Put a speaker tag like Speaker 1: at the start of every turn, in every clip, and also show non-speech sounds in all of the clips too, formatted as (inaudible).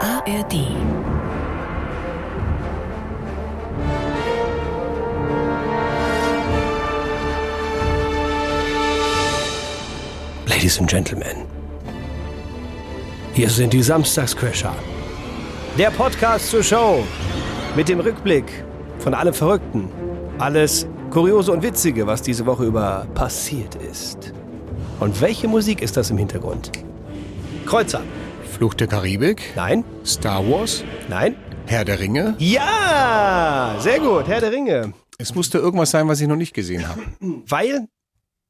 Speaker 1: ARD.
Speaker 2: Ladies and Gentlemen, hier sind die Samstagscrasher. Der Podcast zur Show mit dem Rückblick von allem Verrückten. Alles Kuriose und Witzige, was diese Woche über passiert ist. Und welche Musik ist das im Hintergrund? Kreuzer.
Speaker 3: Flucht der Karibik,
Speaker 2: Nein?
Speaker 3: Star Wars,
Speaker 2: Nein?
Speaker 3: Herr der Ringe.
Speaker 2: Ja! Sehr gut, Herr der Ringe.
Speaker 3: Es musste irgendwas sein, was ich noch nicht gesehen habe.
Speaker 2: Weil.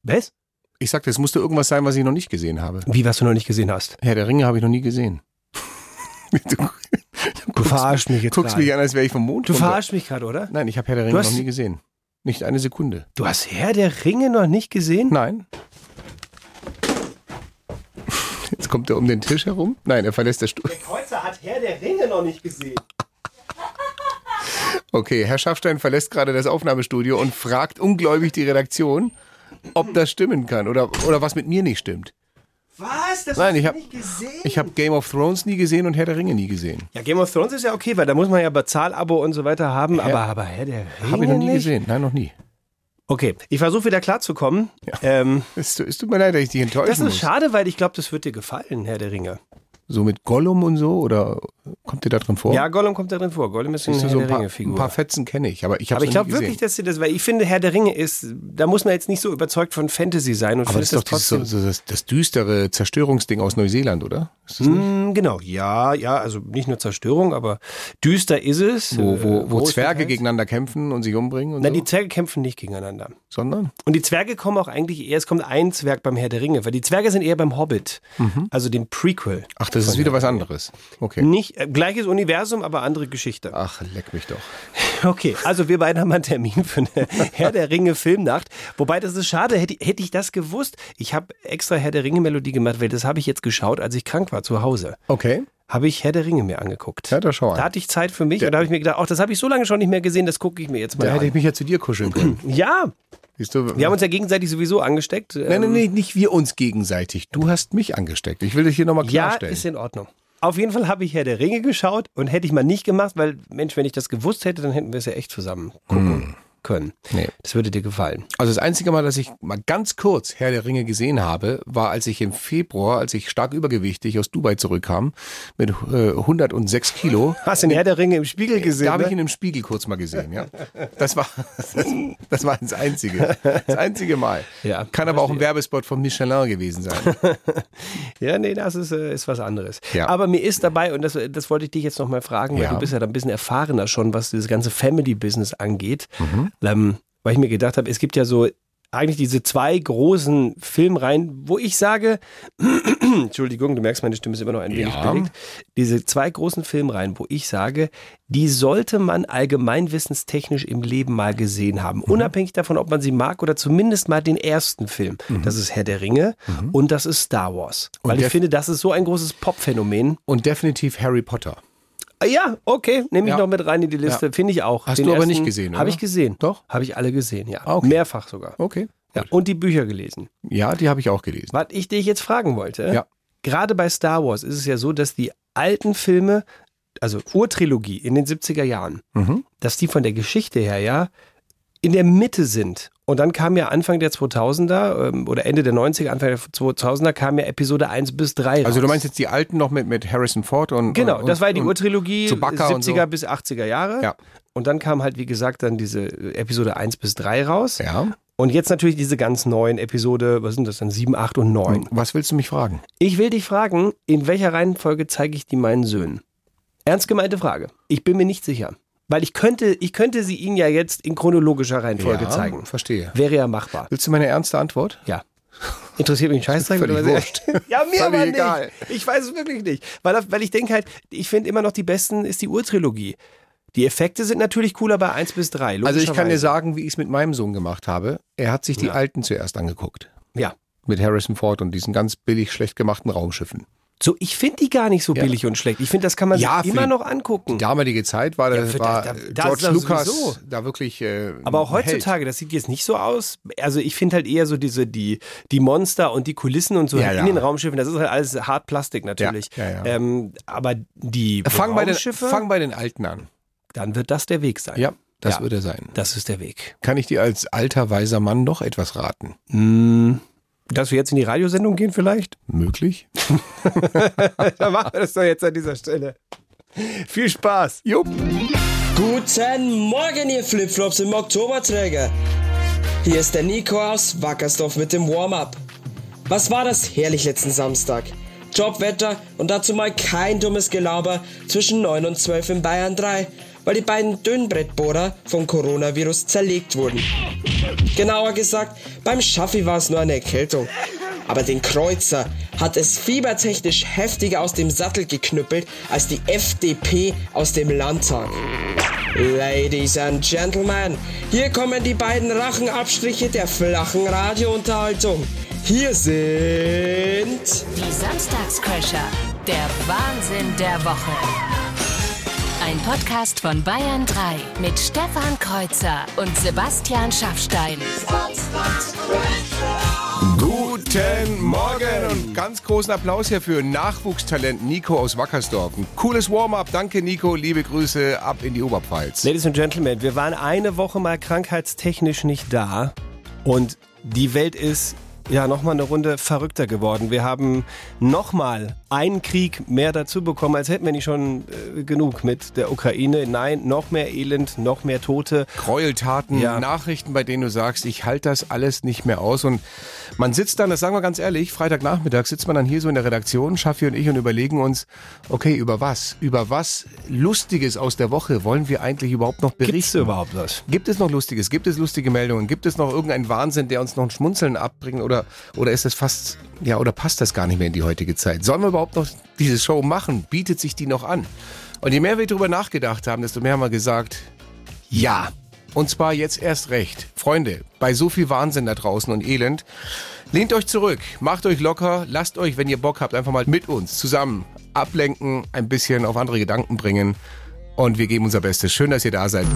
Speaker 2: Was?
Speaker 3: Ich sagte, es musste irgendwas sein, was ich noch nicht gesehen habe.
Speaker 2: Wie, was du noch nicht gesehen hast?
Speaker 3: Herr der Ringe habe ich noch nie gesehen. (laughs) Du
Speaker 2: Du verarsch mich jetzt.
Speaker 3: guckst
Speaker 2: gerade.
Speaker 3: mich an, als wäre ich vom Mond.
Speaker 2: du
Speaker 3: runter.
Speaker 2: verarsch mich gerade, oder?
Speaker 3: Nein, ich habe Herr der
Speaker 2: Du
Speaker 3: Ringe
Speaker 2: hast-
Speaker 3: noch nie gesehen. Nicht eine Sekunde.
Speaker 2: Du hast Herr der Ringe noch nicht gesehen?
Speaker 3: Nein. Jetzt kommt er um den Tisch herum. Nein, er verlässt das Stuhl.
Speaker 2: Kreuzer hat Herr der Ringe noch nicht gesehen.
Speaker 3: Okay, Herr Schaffstein verlässt gerade das Aufnahmestudio und fragt ungläubig die Redaktion, ob das stimmen kann oder, oder was mit mir nicht stimmt.
Speaker 2: Was? Das
Speaker 3: Nein, ich hab-
Speaker 2: gesehen?
Speaker 3: Ich habe Game of Thrones nie gesehen und Herr der Ringe nie gesehen.
Speaker 2: ja, Game of Thrones ist ja okay, weil da muss man ja Bezahlabo und so weiter haben. Aber, aber Herr der Ringe
Speaker 3: Habe ich noch nie
Speaker 2: nicht?
Speaker 3: gesehen. Nein, noch nie.
Speaker 2: Okay, ich versuche wieder klarzukommen. Ähm,
Speaker 3: Es, tu- es tut mir leid, dass ich dich enttäuschen
Speaker 2: das ist
Speaker 3: muss.
Speaker 2: schade, weil ich glaube, das wird dir gefallen, Herr der Ringe.
Speaker 3: So mit Gollum und so oder kommt dir da drin vor?
Speaker 2: Ja, Gollum kommt da drin vor. Gollum ist ein
Speaker 3: Oh. Siehst du,
Speaker 2: Herr
Speaker 3: so ein
Speaker 2: der
Speaker 3: paar,
Speaker 2: Ringe-Figur.
Speaker 3: ein paar Fetzen kenne ich, aber ich habe
Speaker 2: Aber ich glaube
Speaker 3: gesehen.
Speaker 2: wirklich, dass sie das, weil ich finde, Herr der Ringe ist, da muss man jetzt nicht so überzeugt von Fantasy sein und
Speaker 3: aber das
Speaker 2: findet
Speaker 3: ist doch
Speaker 2: das
Speaker 3: dieses, so, so das, das düstere Zerstörungsding aus Neuseeland, oder? Ist das nicht?
Speaker 2: Mm, Genau, ja, ja, also nicht nur Zerstörung, aber düster ist es.
Speaker 3: Wo,
Speaker 2: Äh,
Speaker 3: wo, wo
Speaker 2: groß
Speaker 3: Zwerge
Speaker 2: verteilt.
Speaker 3: gegeneinander kämpfen und sich umbringen und
Speaker 2: Na,
Speaker 3: so,
Speaker 2: die Zwerge kämpfen nicht gegeneinander.
Speaker 3: sondern
Speaker 2: Und die Zwerge kommen auch eigentlich eher, es kommt ein Zwerg beim Herr der Ringe, weil die Zwerge sind eher beim Hobbit,
Speaker 3: Mhm.
Speaker 2: also dem Prequel.
Speaker 3: ach, das ist wieder was anderes. Okay.
Speaker 2: Nicht äh, gleiches Universum, aber andere Geschichte.
Speaker 3: Ach, leck mich doch.
Speaker 2: Okay, also wir beiden haben einen Termin für
Speaker 3: (laughs)
Speaker 2: eine Herr der Ringe Filmnacht. Wobei das ist schade, hätte, hätte ich das gewusst. Ich habe extra Herr der Ringe Melodie gemacht, weil das habe ich jetzt geschaut, als ich krank war zu Hause.
Speaker 3: Okay,
Speaker 2: Habe ich Herr der Ringe mir angeguckt.
Speaker 3: ja, da schau
Speaker 2: Da
Speaker 3: an.
Speaker 2: hatte ich Zeit für mich und da habe ich mir gedacht, ach, das habe ich so lange schon nicht mehr gesehen, das gucke ich mir jetzt mal
Speaker 3: Da hätte
Speaker 2: an.
Speaker 3: ich mich ja zu dir kuscheln können.
Speaker 2: (clears throat) Ja,
Speaker 3: Siehst du,
Speaker 2: wir haben uns ja gegenseitig sowieso angesteckt.
Speaker 3: nein, nein,
Speaker 2: Ähm,
Speaker 3: nein, nicht wir uns gegenseitig. Du hast mich angesteckt. Ich will das hier nochmal
Speaker 2: Ja,
Speaker 3: klarstellen.
Speaker 2: ist in Ordnung. Auf jeden Fall habe ich Herr der Ringe geschaut und hätte ich mal nicht gemacht, weil, Mensch, wenn ich das gewusst hätte, dann hätten wir es ja echt zusammen gucken können.
Speaker 3: Nee.
Speaker 2: Das würde dir gefallen.
Speaker 3: Also das einzige Mal, dass ich mal ganz kurz Herr der Ringe gesehen habe, war, als ich im Februar, als ich stark übergewichtig aus Dubai zurückkam, mit äh, 106 Kilo.
Speaker 2: Hast du den Herr der Ringe im Spiegel gesehen?
Speaker 3: Da habe ich
Speaker 2: ne?
Speaker 3: ihn im Spiegel kurz mal gesehen, ja. Das war (laughs) das, das war das einzige, das einzige Mal.
Speaker 2: Ja,
Speaker 3: Kann aber auch ein Werbespot von Michelin gewesen sein.
Speaker 2: Ja, nee, das ist, äh, ist was anderes.
Speaker 3: Ja.
Speaker 2: Aber mir ist dabei, und das, das wollte ich dich jetzt nochmal fragen, weil
Speaker 3: Ja.
Speaker 2: du bist ja da ein bisschen erfahrener schon, was dieses ganze Family-Business angeht. Ähm, weil ich mir gedacht habe, es gibt ja so eigentlich diese zwei großen Filmreihen, wo ich sage, Entschuldigung, du merkst, meine Stimme ist immer noch ein wenig
Speaker 3: Ja.
Speaker 2: belegt. Diese zwei großen Filmreihen, wo ich sage, die sollte man allgemeinwissenstechnisch im Leben mal gesehen haben.
Speaker 3: Mhm.
Speaker 2: Unabhängig davon, ob man sie mag oder zumindest mal den ersten Film. Das ist Herr der Ringe und das ist Star Wars.
Speaker 3: Mhm. Und
Speaker 2: Weil ich
Speaker 3: der-
Speaker 2: finde, das ist so ein großes Pop-Phänomen.
Speaker 3: Und definitiv Harry Potter.
Speaker 2: Ah, Ja, okay, nehme ich
Speaker 3: Ja.
Speaker 2: noch mit rein in die Liste.
Speaker 3: Ja.
Speaker 2: Finde ich auch.
Speaker 3: Hast du aber nicht gesehen, oder?
Speaker 2: Habe ich gesehen.
Speaker 3: Doch?
Speaker 2: Habe ich alle gesehen, ja.
Speaker 3: Ah, okay.
Speaker 2: Mehrfach sogar.
Speaker 3: Okay.
Speaker 2: Ja. Und die Bücher gelesen.
Speaker 3: Ja, die habe ich auch gelesen.
Speaker 2: Was ich dich jetzt fragen wollte,
Speaker 3: Ja.
Speaker 2: gerade bei Star Wars ist es ja so, dass die alten Filme, also Urtrilogie in den 70er Jahren,
Speaker 3: Mhm.
Speaker 2: dass die von der Geschichte her ja in der Mitte sind. Und dann kam ja Anfang der 2000er ähm, oder Ende der 90er, Anfang der 2000er kam ja Episode 1 bis 3
Speaker 3: Also du
Speaker 2: raus.
Speaker 3: meinst jetzt die alten noch mit, mit Harrison Ford und
Speaker 2: Genau,
Speaker 3: und,
Speaker 2: das war ja die
Speaker 3: und,
Speaker 2: Urtrilogie
Speaker 3: Chewbacca und
Speaker 2: 70er
Speaker 3: so.
Speaker 2: bis 80er Jahre.
Speaker 3: Ja.
Speaker 2: Und dann kam halt, wie gesagt, dann diese Episode 1 bis 3 raus.
Speaker 3: Ja.
Speaker 2: Und jetzt natürlich diese ganz neuen Episode, was sind das dann, 7, 8 und 9.
Speaker 3: Was willst du mich fragen?
Speaker 2: Ich will dich fragen, in welcher Reihenfolge zeige ich die meinen Söhnen? Ernst gemeinte Frage. Ich bin mir nicht sicher. Weil ich könnte, ich könnte sie ihnen ja jetzt in chronologischer Reihenfolge
Speaker 3: ja,
Speaker 2: zeigen.
Speaker 3: Verstehe.
Speaker 2: Wäre ja machbar.
Speaker 3: Willst du meine ernste Antwort?
Speaker 2: Ja. Interessiert mich ein (laughs) Scheißdreck
Speaker 3: Völlig
Speaker 2: was?
Speaker 3: (laughs) wurscht.
Speaker 2: Ja, mir
Speaker 3: Völlig
Speaker 2: aber nicht.
Speaker 3: egal.
Speaker 2: Ich weiß es wirklich nicht. Weil, weil ich denke halt, ich finde immer noch die besten ist die Urtrilogie. Die Effekte sind natürlich cooler bei 1 bis 3.
Speaker 3: Also ich kann dir
Speaker 2: logischerweise.
Speaker 3: sagen, wie ich es mit meinem Sohn gemacht habe. Er hat sich die alten zuerst angeguckt.
Speaker 2: Ja.
Speaker 3: Mit Harrison Ford und diesen ganz billig schlecht gemachten Raumschiffen.
Speaker 2: So, ich finde die gar nicht so billig und schlecht. Ich finde, das kann man
Speaker 3: Ja,
Speaker 2: sich
Speaker 3: für
Speaker 2: immer
Speaker 3: die-
Speaker 2: noch angucken.
Speaker 3: Die damalige Zeit war,
Speaker 2: für-
Speaker 3: das, war
Speaker 2: da- da-
Speaker 3: äh,
Speaker 2: das
Speaker 3: George
Speaker 2: ist das
Speaker 3: Lucas
Speaker 2: sowieso.
Speaker 3: da wirklich. Äh,
Speaker 2: Aber auch
Speaker 3: ein Held.
Speaker 2: heutzutage, das sieht jetzt nicht so aus. Also ich finde halt eher so diese, die, die Monster und die Kulissen und so
Speaker 3: Ja,
Speaker 2: in
Speaker 3: ja.
Speaker 2: den Raumschiffen, das ist halt alles hart Plastik natürlich.
Speaker 3: Ja, ja, ja.
Speaker 2: Ähm, aber die
Speaker 3: Fang bei, den,
Speaker 2: Raumschiffe,
Speaker 3: fang bei den Alten an.
Speaker 2: dann wird das der Weg sein.
Speaker 3: Ja, das
Speaker 2: Ja.
Speaker 3: würde sein.
Speaker 2: Das ist der Weg.
Speaker 3: Kann ich dir als alter, weiser Mann noch etwas raten?
Speaker 2: Hm, dass wir jetzt in die Radiosendung gehen vielleicht? (laughs)
Speaker 3: Möglich?
Speaker 2: Dann machen wir das doch jetzt an dieser Stelle. Viel Spaß.
Speaker 3: Jupp.
Speaker 1: Guten Morgen, ihr Flipflops im Oktoberträger. Hier ist der Nico aus Wackersdorf mit dem Warm-up. Was war das herrlich letzten Samstag? Jobwetter und dazu mal kein dummes Gelaber zwischen 9 und 12 in Bayern 3, weil die beiden Dünnbrettbohrer vom Coronavirus zerlegt wurden. Genauer gesagt, beim Schaffi war es nur eine Erkältung. Aber den Kreuzer hat es fiebertechnisch heftiger aus dem Sattel geknüppelt als die FDP aus dem Landtag. Ladies and Gentlemen, hier kommen die beiden Rachenabstriche der flachen Radiounterhaltung. Hier sind...
Speaker 4: Die Samstagscrasher. Der Wahnsinn der Woche. Ein Podcast von Bayern 3 mit Stefan Kreuzer und Sebastian Schaffstein.
Speaker 3: Guten Morgen und ganz großen Applaus hier für Nachwuchstalent Nico aus Wackersdorf. Ein cooles Warm-up. Danke, Nico. Liebe Grüße ab in die Oberpfalz.
Speaker 2: Ladies and Gentlemen, wir waren eine Woche mal krankheitstechnisch nicht da und die Welt ist ja nochmal eine Runde verrückter geworden. Wir haben nochmal einen Krieg mehr dazu bekommen, als hätten wir nicht schon äh, genug mit der Ukraine. Nein, noch mehr Elend, noch mehr Tote.
Speaker 3: Gräueltaten,
Speaker 2: Ja.
Speaker 3: Nachrichten, bei denen du sagst, ich halte das alles nicht mehr aus. Und man sitzt dann, das sagen wir ganz ehrlich, Freitagnachmittag sitzt man dann hier so in der Redaktion, Schaffi und ich, und überlegen uns, okay, über was? Über was Lustiges aus der Woche wollen wir eigentlich überhaupt noch berichten?
Speaker 2: Gibt's überhaupt was?
Speaker 3: Gibt es noch Lustiges? Gibt es lustige Meldungen? Gibt es noch irgendeinen Wahnsinn, der uns noch ein Schmunzeln abbringt? Oder, oder ist das fast, ja, oder passt das gar nicht mehr in die heutige Zeit? Sollen wir überhaupt noch diese Show machen? Bietet sich die noch an? Und je mehr wir darüber nachgedacht haben, desto mehr haben wir gesagt, ja. Und zwar jetzt erst recht. Freunde, bei so viel Wahnsinn da draußen und Elend, lehnt euch zurück, macht euch locker, lasst euch, wenn ihr Bock habt, einfach mal mit uns zusammen ablenken, ein bisschen auf andere Gedanken bringen. Und wir geben unser Bestes. Schön, dass ihr da seid.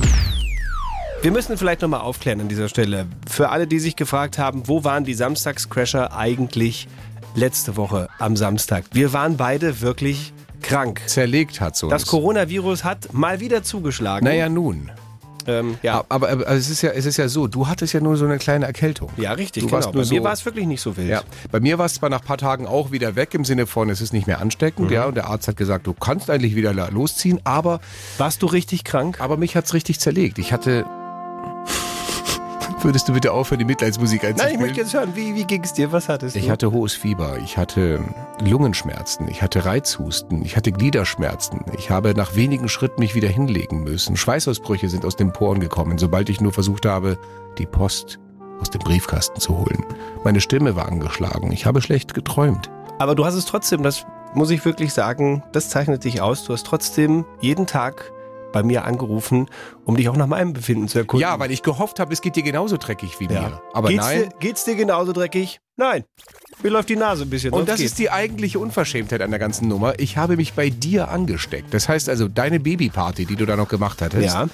Speaker 2: Wir müssen vielleicht nochmal aufklären an dieser Stelle. Für alle, die sich gefragt haben, wo waren die Samstagscrasher eigentlich letzte Woche am Samstag? Wir waren beide wirklich krank.
Speaker 3: zerlegt hat so.
Speaker 2: Das Coronavirus hat mal wieder zugeschlagen.
Speaker 3: Naja, nun.
Speaker 2: Ähm, ja.
Speaker 3: Aber, aber es, ist ja, es ist ja so, du hattest ja nur so eine kleine Erkältung.
Speaker 2: ja, richtig.
Speaker 3: Du
Speaker 2: genau.
Speaker 3: warst nur
Speaker 2: Bei
Speaker 3: so,
Speaker 2: mir war es wirklich nicht so wild.
Speaker 3: ja. Bei mir war es zwar nach ein paar Tagen auch wieder weg, im Sinne von, es ist nicht mehr ansteckend,
Speaker 2: Mhm.
Speaker 3: ja, und der Arzt hat gesagt, du kannst eigentlich wieder la- losziehen, aber,
Speaker 2: Warst du richtig krank?
Speaker 3: aber mich hat es richtig zerlegt. Ich hatte... (laughs) Würdest du bitte aufhören, die Mitleidsmusik einzuspielen?
Speaker 2: jetzt hören, wie, wie ging es dir? Was hattest
Speaker 3: Ich hatte hohes Fieber, ich hatte Lungenschmerzen, ich hatte Reizhusten, ich hatte Gliederschmerzen. Ich habe nach wenigen Schritten mich wieder hinlegen müssen. Schweißausbrüche sind aus den Poren gekommen, sobald ich nur versucht habe, die Post aus dem Briefkasten zu holen. Meine Stimme war angeschlagen, ich habe schlecht geträumt.
Speaker 2: Aber du hast es trotzdem, das muss ich wirklich sagen, das zeichnet dich aus. Du hast trotzdem jeden Tag bei mir angerufen, um dich auch nach meinem Befinden zu erkunden.
Speaker 3: Ja, weil ich gehofft habe, es geht dir genauso dreckig wie mir. Aber
Speaker 2: Aber geht's
Speaker 3: nein.
Speaker 2: Dir, geht's dir genauso dreckig? Nein. Mir läuft die Nase ein bisschen.
Speaker 3: Und das ist die eigentliche Unverschämtheit an der ganzen Nummer. Ich habe mich bei dir angesteckt. Das heißt also, deine Babyparty, die du da noch gemacht hattest,
Speaker 2: Ja.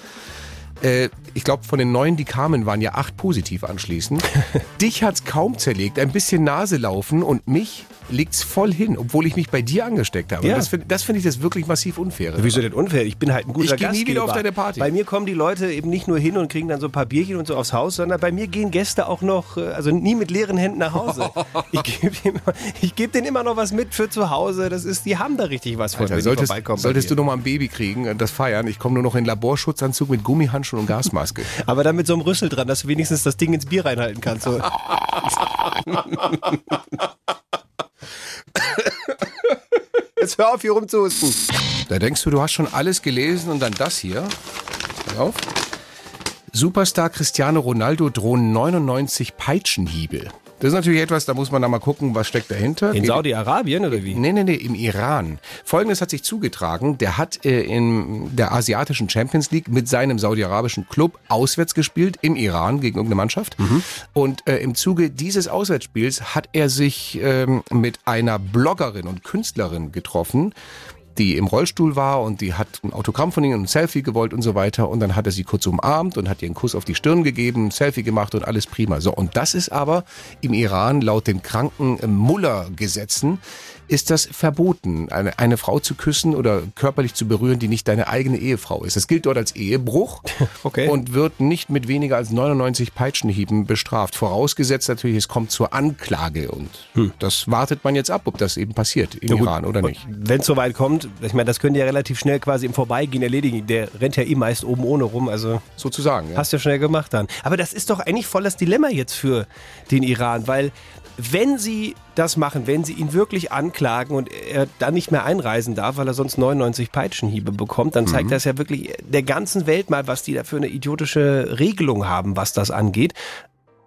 Speaker 3: Äh, ich glaube, von den neun, die kamen, waren ja acht
Speaker 2: (laughs)
Speaker 3: positiv anschließend. Dich hat's kaum zerlegt, ein bisschen Nase laufen und mich liegt's voll hin, obwohl ich mich bei dir angesteckt habe.
Speaker 2: Ja.
Speaker 3: Das finde das find ich das wirklich massiv unfair.
Speaker 2: Wieso denn unfair? Ich bin halt ein guter
Speaker 3: Ich geh nie
Speaker 2: Gastgeber.
Speaker 3: wieder auf deine Party.
Speaker 2: Bei mir kommen die Leute eben nicht nur hin und kriegen dann so ein paar Bierchen und so aufs Haus, sondern bei mir gehen Gäste auch noch, äh, also nie mit leeren Händen nach
Speaker 3: (laughs)
Speaker 2: Hause. ich gebe ihm- ich geb denen immer noch was mit für zu Hause. Das ist, die haben da richtig was von,
Speaker 3: Alter,
Speaker 2: wenn die
Speaker 3: solltest,
Speaker 2: vorbeikommen bei
Speaker 3: solltest du
Speaker 2: mir.
Speaker 3: noch mal ein Baby kriegen und das feiern? Ich komme nur noch in Laborschutzanzug mit Gummihandschuhen
Speaker 2: (laughs)
Speaker 3: und Gasmaske.
Speaker 2: Aber dann mit so einem Rüssel dran, dass du wenigstens das Ding ins Bier reinhalten kannst.
Speaker 3: (laughs)
Speaker 2: So. Jetzt hör auf, hier rumzuhusten.
Speaker 3: Da denkst du, du hast schon alles gelesen und dann das hier. Pass auf. Superstar Cristiano Ronaldo drohen 99 Peitschenhiebe. Das Das ist natürlich etwas, da muss man da mal gucken, was steckt dahinter.
Speaker 2: In
Speaker 3: Geht-
Speaker 2: Saudi-Arabien oder wie?
Speaker 3: Nee, nee, nee, im Iran. Folgendes hat sich zugetragen. Der hat äh, in der asiatischen Champions League mit seinem saudi-arabischen Club auswärts gespielt, im Iran gegen irgendeine Mannschaft. Und äh, im Zuge dieses Auswärtsspiels hat er sich ähm, mit einer Bloggerin und Künstlerin getroffen die im Rollstuhl war und die hat ein Autogramm von ihm und ein Selfie gewollt und so weiter. Und dann hat er sie kurz umarmt und hat ihr einen Kuss auf die Stirn gegeben, ein Selfie gemacht und alles prima. So, und das ist aber im Iran laut den kranken Muller-Gesetzen ist das verboten, eine, eine Frau zu küssen oder körperlich zu berühren, die nicht deine eigene Ehefrau ist. Das gilt dort als Ehebruch
Speaker 2: (laughs) Okay.
Speaker 3: und wird nicht mit weniger als 99 Peitschenhieben bestraft. Vorausgesetzt natürlich, es kommt zur Anklage und das wartet man jetzt ab, ob das eben passiert im
Speaker 2: Hm. gut.
Speaker 3: Iran oder nicht.
Speaker 2: Wenn es soweit kommt, ich meine, das können die ja relativ schnell quasi im Vorbeigehen erledigen. Der rennt ja eh meist oben ohne rum, also
Speaker 3: Sozusagen. Ja.
Speaker 2: hast du ja schnell gemacht dann. Aber das ist doch eigentlich voll das Dilemma jetzt für den Iran, weil wenn sie das machen, wenn sie ihn wirklich anklagen und er dann nicht mehr einreisen darf, weil er sonst 99 Peitschenhiebe bekommt, dann zeigt das ja wirklich der ganzen Welt mal, was die da für eine idiotische Regelung haben, was das angeht.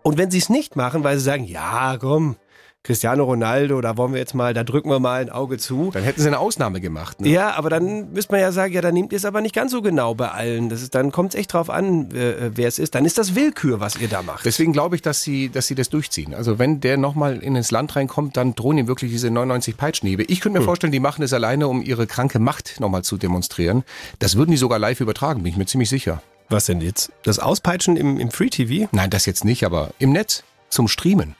Speaker 2: Und wenn sie es nicht machen, weil sie sagen, ja, komm, Cristiano Ronaldo, da wollen wir jetzt mal, da drücken wir mal ein Auge zu.
Speaker 3: Dann hätten sie eine Ausnahme gemacht. Ne?
Speaker 2: Ja, aber dann müsste man ja sagen, ja, dann nehmt ihr es aber nicht ganz so genau bei allen. Das ist, dann kommt es echt drauf an, äh, wer es ist. Dann ist das Willkür, was ihr da macht.
Speaker 3: Deswegen glaube ich, dass sie, dass sie das durchziehen. Also wenn der nochmal in ins Land reinkommt, dann drohen ihm wirklich diese 99 Peitschenhiebe. Ich
Speaker 2: Hm.
Speaker 3: könnte mir vorstellen, die machen es alleine, um ihre kranke Macht nochmal zu demonstrieren. Das würden die sogar live übertragen, bin ich mir ziemlich sicher.
Speaker 2: was denn jetzt? Das Auspeitschen im, im Free TV?
Speaker 3: Nein, das jetzt nicht, aber im Netz zum Streamen.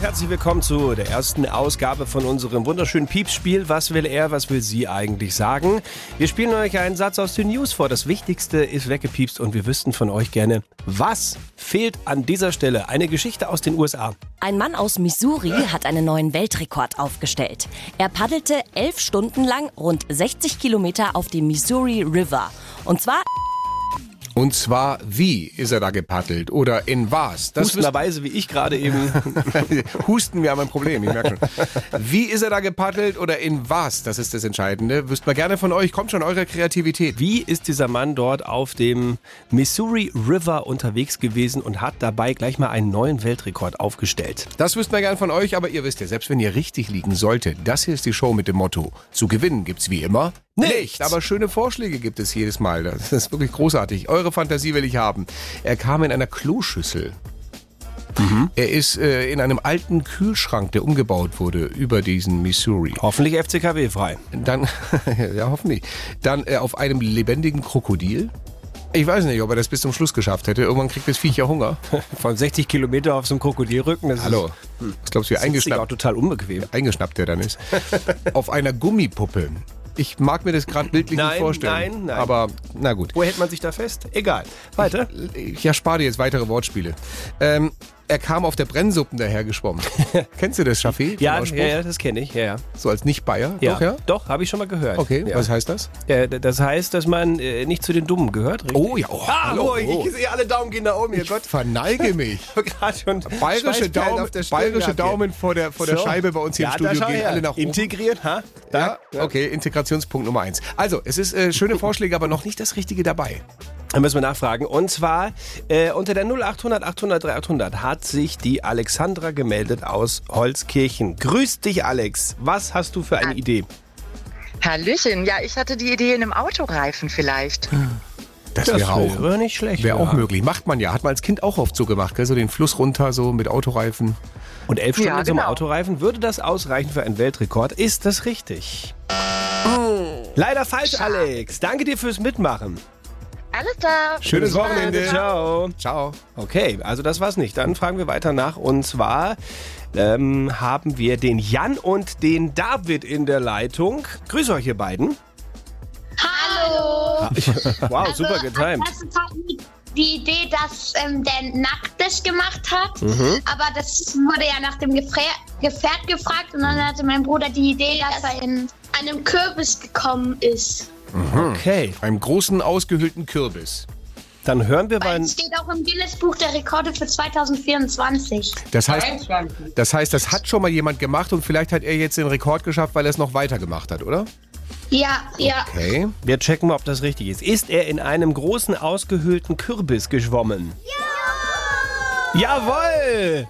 Speaker 2: Herzlich willkommen zu der ersten Ausgabe von unserem wunderschönen Piepsspiel. Was will er, was will sie eigentlich sagen? Wir spielen euch einen Satz aus den News vor. Das Wichtigste ist weggepiepst und wir wüssten von euch gerne, was fehlt an dieser Stelle? Eine Geschichte aus den USA.
Speaker 5: Ein Mann aus Missouri hat einen neuen Weltrekord aufgestellt. Er paddelte elf Stunden lang rund 60 Kilometer auf dem Missouri River. Und zwar
Speaker 3: Und zwar, wie ist er da gepaddelt oder in was? Das wüsste-
Speaker 2: Hustenderweise, wie ich gerade (laughs) eben.
Speaker 3: Husten, wir haben ein Problem, ich merke schon. Wie ist er da gepaddelt oder in was? Das ist das Entscheidende. Wüssten wir gerne von euch. Kommt schon eure Kreativität.
Speaker 2: Wie ist dieser Mann dort auf dem Missouri River unterwegs gewesen und hat dabei gleich mal einen neuen Weltrekord aufgestellt?
Speaker 3: Das wüssten wir gern von euch, aber ihr wisst ja, selbst wenn ihr richtig liegen solltet, das hier ist die Show mit dem Motto: Zu gewinnen gibt's wie immer
Speaker 2: Nichts.
Speaker 3: Aber schöne Vorschläge gibt es jedes Mal. Das ist wirklich großartig. Eure Fantasie will ich haben. Er kam in einer Kloschüssel. Er ist äh, in einem alten Kühlschrank, der umgebaut wurde, über diesen Missouri.
Speaker 2: Hoffentlich FCKW frei.
Speaker 3: Dann, (laughs) ja, hoffentlich. Dann äh, auf einem lebendigen Krokodil. Ich weiß nicht, ob er das bis zum Schluss geschafft hätte. Irgendwann kriegt das Viech ja Hunger.
Speaker 2: Von 60 Kilometer auf so einem Krokodilrücken. Das
Speaker 3: Hallo. Was glaubst du, wie
Speaker 2: Ist sitzt sich auch
Speaker 3: eingeschnappt,
Speaker 2: total unbequem.
Speaker 3: eingeschnappt
Speaker 2: (laughs)
Speaker 3: der dann ist? auf einer Gummipuppe. Ich mag mir das gerade bildlich
Speaker 2: Nein,
Speaker 3: nicht vorstellen.
Speaker 2: nein, nein.
Speaker 3: Aber na gut.
Speaker 2: Wo hält man sich da fest? Egal. Weiter.
Speaker 3: Ich erspare dir jetzt weitere Wortspiele. Ähm, er kam auf der
Speaker 2: (laughs)
Speaker 3: Brennsuppen dahergeschwommen. Kennst du das, Schaffi? den
Speaker 2: Ja,
Speaker 3: Ausspruch?
Speaker 2: ja, ja, das kenne ich. Ja, ja.
Speaker 3: So als Nicht-Bayer? Doch, ja?
Speaker 2: Doch, habe ich schon mal gehört.
Speaker 3: Okay,
Speaker 2: ja.
Speaker 3: was heißt das?
Speaker 2: Ja, d- das heißt, dass man äh, nicht zu den Dummen gehört, richtig? Ah,
Speaker 3: Oh ja, oh, hallo. oh.
Speaker 2: sehe alle Daumen gehen nach oben. Ihr
Speaker 3: Ich verneige mich.
Speaker 2: Ich hab grad schon
Speaker 3: Bayerische
Speaker 2: (laughs) Schweißperlen
Speaker 3: Daumen,
Speaker 2: auf der Stirn
Speaker 3: bayerische
Speaker 2: gehabt hier.
Speaker 3: Daumen vor der, vor der
Speaker 2: So.
Speaker 3: Scheibe bei uns hier
Speaker 2: Ja,
Speaker 3: im
Speaker 2: da
Speaker 3: Studio
Speaker 2: schau
Speaker 3: gehen
Speaker 2: her.
Speaker 3: alle nach oben.
Speaker 2: Integriert, ha?
Speaker 3: ja, okay, Integrationspunkt Nummer eins. Also, es ist äh, schöne Vorschläge, aber noch nicht das Richtige dabei.
Speaker 2: Da müssen wir nachfragen. Und zwar äh, unter der 0800 800 300 hat sich die Alexandra gemeldet aus Holzkirchen. Grüß dich, Alex. Was hast du für eine Idee?
Speaker 6: Hallöchen, ja, ich hatte die Idee in einem Autoreifen vielleicht.
Speaker 3: Das, wäre auch,
Speaker 2: nicht schlecht.
Speaker 3: wär
Speaker 2: ja.
Speaker 3: auch möglich. Macht man ja. Hat man als Kind auch oft so gemacht, gell? So den Fluss runter, so mit Autoreifen.
Speaker 2: Und elf Stunden
Speaker 6: Ja,
Speaker 2: in so einem
Speaker 6: genau.
Speaker 2: Autoreifen, würde das ausreichen für einen Weltrekord? Ist das richtig?
Speaker 6: Hm.
Speaker 2: Leider falsch, Alex. Danke dir fürs Mitmachen.
Speaker 6: Alles klar.
Speaker 3: Schönes Wochenende.
Speaker 2: Ciao.
Speaker 3: Ciao.
Speaker 2: Okay, also das war's nicht. Dann fragen wir weiter nach. Und zwar ähm, haben wir den Jan und den David in der Leitung. Grüße euch, ihr beiden.
Speaker 7: Hallo!
Speaker 2: Wow, super getimed.
Speaker 7: Also Das hat die Idee, dass ähm, der Nacktisch gemacht hat,
Speaker 3: Mhm.
Speaker 7: aber das wurde ja nach dem Gefre Gefährt gefragt und
Speaker 3: Mhm.
Speaker 7: dann hatte mein Bruder die Idee, dass er in einem Kürbis gekommen ist. Hm.
Speaker 2: Okay,
Speaker 3: Einem großen, ausgehöhlten Kürbis.
Speaker 2: dann hören wir
Speaker 7: Weil
Speaker 2: mal.
Speaker 7: es steht auch im Guinness-Buch der Rekorde für 2024.
Speaker 3: Das heißt, das heißt, das hat schon mal jemand gemacht und vielleicht hat er jetzt den Rekord geschafft, weil er es noch weiter gemacht hat, oder?
Speaker 7: Ja, ja.
Speaker 3: Okay.
Speaker 2: Wir checken mal, ob das richtig ist. Ist er in einem großen, ausgehöhlten Kürbis geschwommen? Jawoll!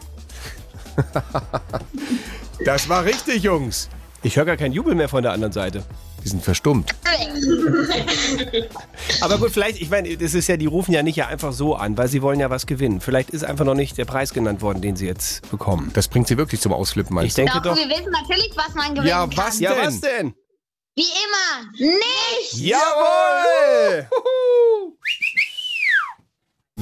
Speaker 3: Das war richtig, Jungs.
Speaker 2: Ich höre gar keinen Jubel mehr von der anderen Seite.
Speaker 3: Die sind verstummt.
Speaker 7: Äh,
Speaker 2: Aber gut, vielleicht, ich meine, das ist ja, die rufen ja nicht ja einfach so an, weil sie wollen ja was gewinnen. Vielleicht ist einfach noch nicht der Preis genannt worden, den sie jetzt bekommen.
Speaker 3: Das bringt sie wirklich zum Ausflippen, Also
Speaker 2: Ich
Speaker 3: meinst du?
Speaker 2: denke
Speaker 7: Doch,
Speaker 2: doch.
Speaker 7: wir wissen natürlich, Genau. was man gewinnen
Speaker 3: Ja,
Speaker 7: kann.
Speaker 3: was
Speaker 2: Ja,
Speaker 3: denn?
Speaker 2: was denn?
Speaker 7: Wie immer, nicht!
Speaker 2: Jawohl!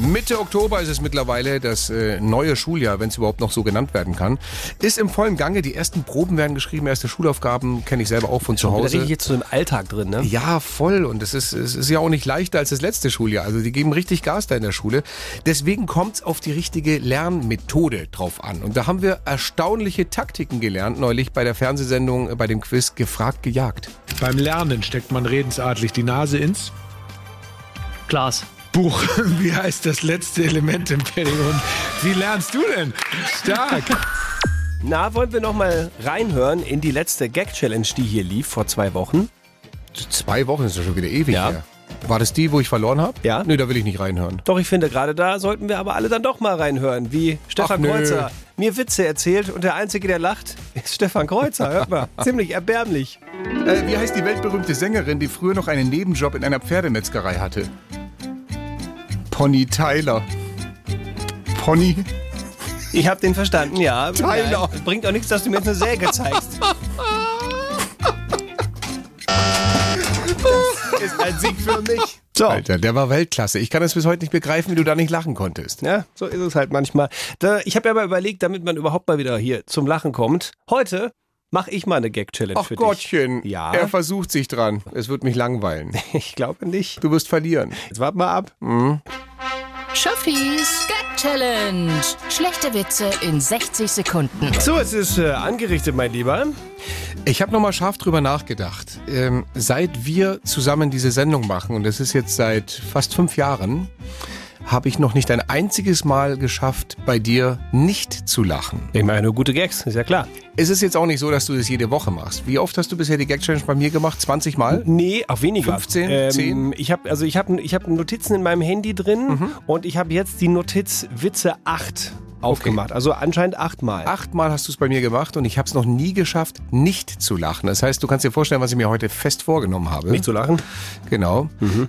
Speaker 3: Mitte Oktober ist es mittlerweile, das äh, neue Schuljahr, wenn es überhaupt noch so genannt werden kann, ist im vollen Gange. Die ersten Proben werden geschrieben, erste Schulaufgaben kenne ich selber auch von zu
Speaker 2: Da
Speaker 3: Hause.
Speaker 2: rede ich jetzt so im Alltag drin, ne?
Speaker 3: Ja, voll. Und es ist, es ist ja auch nicht leichter als das letzte Schuljahr. Also die geben richtig Gas da in der Schule. Deswegen kommt es auf die richtige Lernmethode drauf an. Und da haben wir erstaunliche Taktiken gelernt, neulich bei der Fernsehsendung, äh, bei dem Quiz Gefragt, gejagt.
Speaker 8: Beim Lernen steckt man redensartlich die Nase ins
Speaker 9: Glas.
Speaker 8: Buch. (laughs) Wie heißt das letzte Element im Perigon? Wie lernst du denn? Stark.
Speaker 2: Na, wollen wir nochmal reinhören in die letzte Gag-Challenge, die hier lief vor zwei Wochen?
Speaker 3: Zwei Wochen ist ja schon wieder ewig
Speaker 2: Ja.
Speaker 3: her. War das die, wo ich verloren habe?
Speaker 2: Ja.
Speaker 3: Nee, da will ich nicht reinhören.
Speaker 2: Doch, ich finde, gerade da sollten wir aber alle dann doch mal reinhören, wie Stefan
Speaker 3: nö.
Speaker 2: Kreuzer mir Witze erzählt und der Einzige, der lacht, ist Stefan Kreuzer. Hört
Speaker 3: (laughs)
Speaker 2: mal, ziemlich erbärmlich.
Speaker 3: Äh, wie heißt die weltberühmte Sängerin, die früher noch einen Nebenjob in einer Pferdemetzgerei hatte? Pony Tyler. Pony?
Speaker 2: Ich habe den verstanden, ja.
Speaker 3: Tyler.
Speaker 2: Nein, Bringt auch nichts, dass du mir jetzt eine Säge zeigst. Das ist ein Sieg für mich. So.
Speaker 3: Alter, der war Weltklasse. Ich kann es bis heute nicht begreifen, wie du da nicht lachen konntest.
Speaker 2: Ja, so ist es halt manchmal. Da, ich habe ja mal überlegt, damit man überhaupt mal wieder hier zum Lachen kommt. Heute mache ich mal eine Gag-Challenge
Speaker 3: Ach
Speaker 2: für
Speaker 3: Gottchen,
Speaker 2: dich. (laughs) Ja,
Speaker 3: er versucht sich dran. Es wird mich langweilen.
Speaker 2: ich glaube nicht.
Speaker 3: Du wirst verlieren.
Speaker 2: Jetzt warte mal ab.
Speaker 4: Schaffis Gag Challenge. Schlechte Witze in 60 Sekunden.
Speaker 2: So, es ist äh, angerichtet, mein Lieber.
Speaker 3: Ich habe nochmal scharf drüber nachgedacht. Ähm, seit wir zusammen diese Sendung machen, und das ist jetzt seit fast fünf Jahren, habe ich noch nicht ein einziges Mal geschafft, bei dir nicht zu lachen.
Speaker 2: Ich meine, nur gute Gags, ist ja klar.
Speaker 3: Es ist jetzt auch nicht so, dass du das jede Woche machst. Wie oft hast du bisher die Gag Challenge bei mir gemacht? 20 Mal?
Speaker 2: Nee, auch weniger. Ähm,
Speaker 3: 15, 10?
Speaker 2: Ich habe also ich habe ich habe Notizen in meinem Handy drin und ich habe jetzt die Notiz Witze 8 aufgemacht. Also anscheinend achtmal.
Speaker 3: Achtmal hast du es bei mir gemacht und ich habe es noch nie geschafft, nicht zu lachen. Das heißt, du kannst dir vorstellen, was ich mir heute fest vorgenommen habe.
Speaker 2: Nicht Mhm. zu lachen.
Speaker 3: Genau.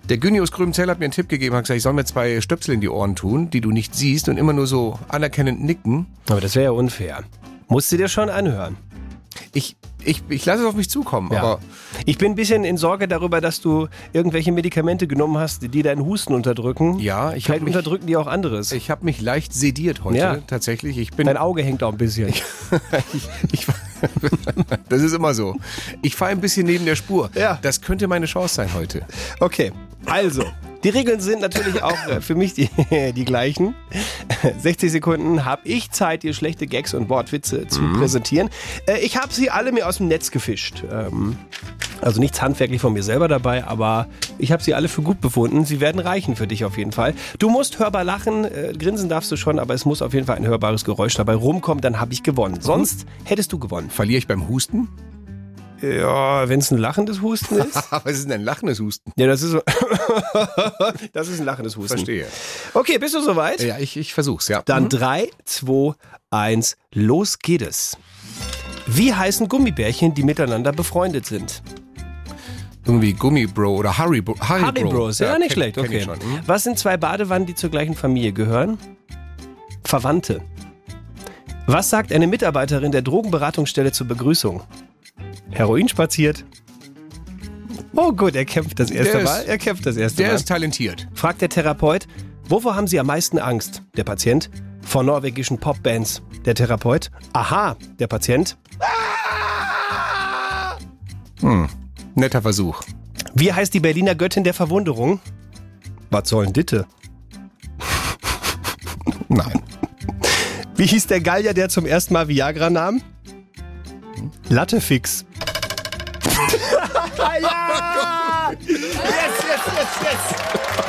Speaker 3: Der Gynius Grümzell hat mir einen Tipp gegeben, hat gesagt, ich soll mir zwei Stöpsel in die Ohren tun, die du nicht siehst und immer nur so anerkennend nicken.
Speaker 2: Aber das wäre ja unfair. Musst du dir schon anhören.
Speaker 3: Ich, ich, ich lasse es auf mich zukommen,
Speaker 2: Ja.
Speaker 3: aber
Speaker 2: ich bin ein bisschen in Sorge darüber, dass du irgendwelche Medikamente genommen hast, die deinen Husten unterdrücken.
Speaker 3: Ja, ich hab
Speaker 2: Vielleicht
Speaker 3: mich-
Speaker 2: unterdrücken die auch anderes.
Speaker 3: ich habe mich leicht sediert heute,
Speaker 2: Ja.
Speaker 3: tatsächlich. Ich bin, (laughs)
Speaker 2: Dein Auge hängt auch ein bisschen.
Speaker 3: ich, (laughs) das ist immer so. Ich fahre ein bisschen neben der Spur.
Speaker 2: Ja.
Speaker 3: Das könnte meine Chance sein heute.
Speaker 2: Okay, also. Die Regeln sind natürlich auch äh, für mich die, (laughs) die gleichen. 60 Sekunden habe ich Zeit, dir schlechte Gags und Wortwitze zu präsentieren. Äh, ich habe sie alle mir aus dem Netz gefischt. Ähm, also nichts handwerklich von mir selber dabei, aber ich habe sie alle für gut befunden. Sie werden reichen für dich auf jeden Fall. Du musst hörbar lachen, äh, grinsen darfst du schon, aber es muss auf jeden Fall ein hörbares Geräusch dabei rumkommen, dann habe ich gewonnen. Sonst hättest du gewonnen.
Speaker 3: Verliere ich beim Husten? (laughs)
Speaker 2: Ja, wenn es ein lachendes Husten ist.
Speaker 3: Aber was ist denn ein lachendes Husten?
Speaker 2: Ja, das ist so. (laughs) das ist ein lachendes Husten.
Speaker 3: Verstehe.
Speaker 2: Okay, bist du soweit?
Speaker 3: Ja, ich, ich versuch's, ja.
Speaker 2: Äh, Dann 3, 2, 1, los geht es. Wie heißen Gummibärchen, die miteinander befreundet sind?
Speaker 3: Irgendwie Gummibro oder Haribo. Haribo.
Speaker 2: Haribros, ja, nicht
Speaker 3: kenn-
Speaker 2: schlecht,
Speaker 3: kenn ich
Speaker 2: okay.
Speaker 3: schon, hm?
Speaker 2: Was sind zwei Badewannen, die zur gleichen Familie gehören? Verwandte. Was sagt eine Mitarbeiterin der Drogenberatungsstelle zur Begrüßung? Heroin spaziert. Oh gut, er kämpft das erste
Speaker 3: Der ist-
Speaker 2: Mal. Er kämpft das erste
Speaker 3: Der
Speaker 2: Mal.
Speaker 3: ist talentiert.
Speaker 2: Fragt der Therapeut, wovor haben Sie am meisten Angst? Der Patient, vor norwegischen Popbands. Der Therapeut, aha. Der Patient,
Speaker 3: Netter Versuch.
Speaker 2: wie heißt die Berliner Göttin der Verwunderung? Was sollen Ditte? (laughs)
Speaker 3: Nein.
Speaker 2: Wie hieß der Gallier, der zum ersten Mal Viagra nahm? Lattefix. ja! Yes, yes, yes, yes!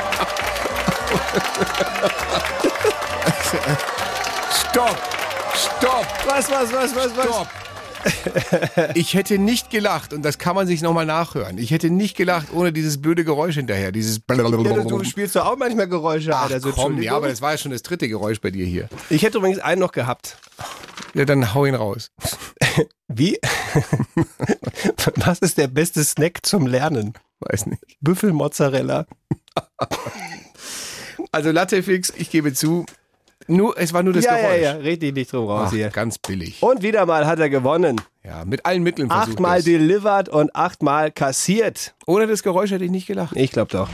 Speaker 3: Stopp! Stopp!
Speaker 2: Was, was, was, was, was? (laughs)
Speaker 3: Stopp! Ich hätte nicht gelacht, und das kann man sich nochmal nachhören. Ich hätte nicht gelacht ohne dieses blöde Geräusch hinterher. Dieses
Speaker 2: Ja, du, du spielst doch auch manchmal Geräusche,
Speaker 3: Ach,
Speaker 2: Alter. So,
Speaker 3: komm, ja,
Speaker 2: Entschuldigung.
Speaker 3: aber das war ja schon das dritte Geräusch bei dir hier.
Speaker 2: ich hätte übrigens einen noch gehabt.
Speaker 3: Ja, dann hau ihn raus. (laughs)
Speaker 2: Wie? Was ist der beste Snack zum Lernen?
Speaker 3: Weiß nicht.
Speaker 2: Büffelmozzarella.
Speaker 3: Also Lattefix, ich gebe zu, nur, es war nur das
Speaker 2: ja,
Speaker 3: Geräusch.
Speaker 2: ja, ja, red dich nicht drum raus
Speaker 3: Ach,
Speaker 2: hier.
Speaker 3: ganz billig.
Speaker 2: Und wieder mal hat er gewonnen.
Speaker 3: Ja, mit allen Mitteln versucht
Speaker 2: Achtmal
Speaker 3: das.
Speaker 2: delivered und achtmal kassiert.
Speaker 3: Ohne das Geräusch hätte ich nicht gelacht.
Speaker 2: Ich glaube doch.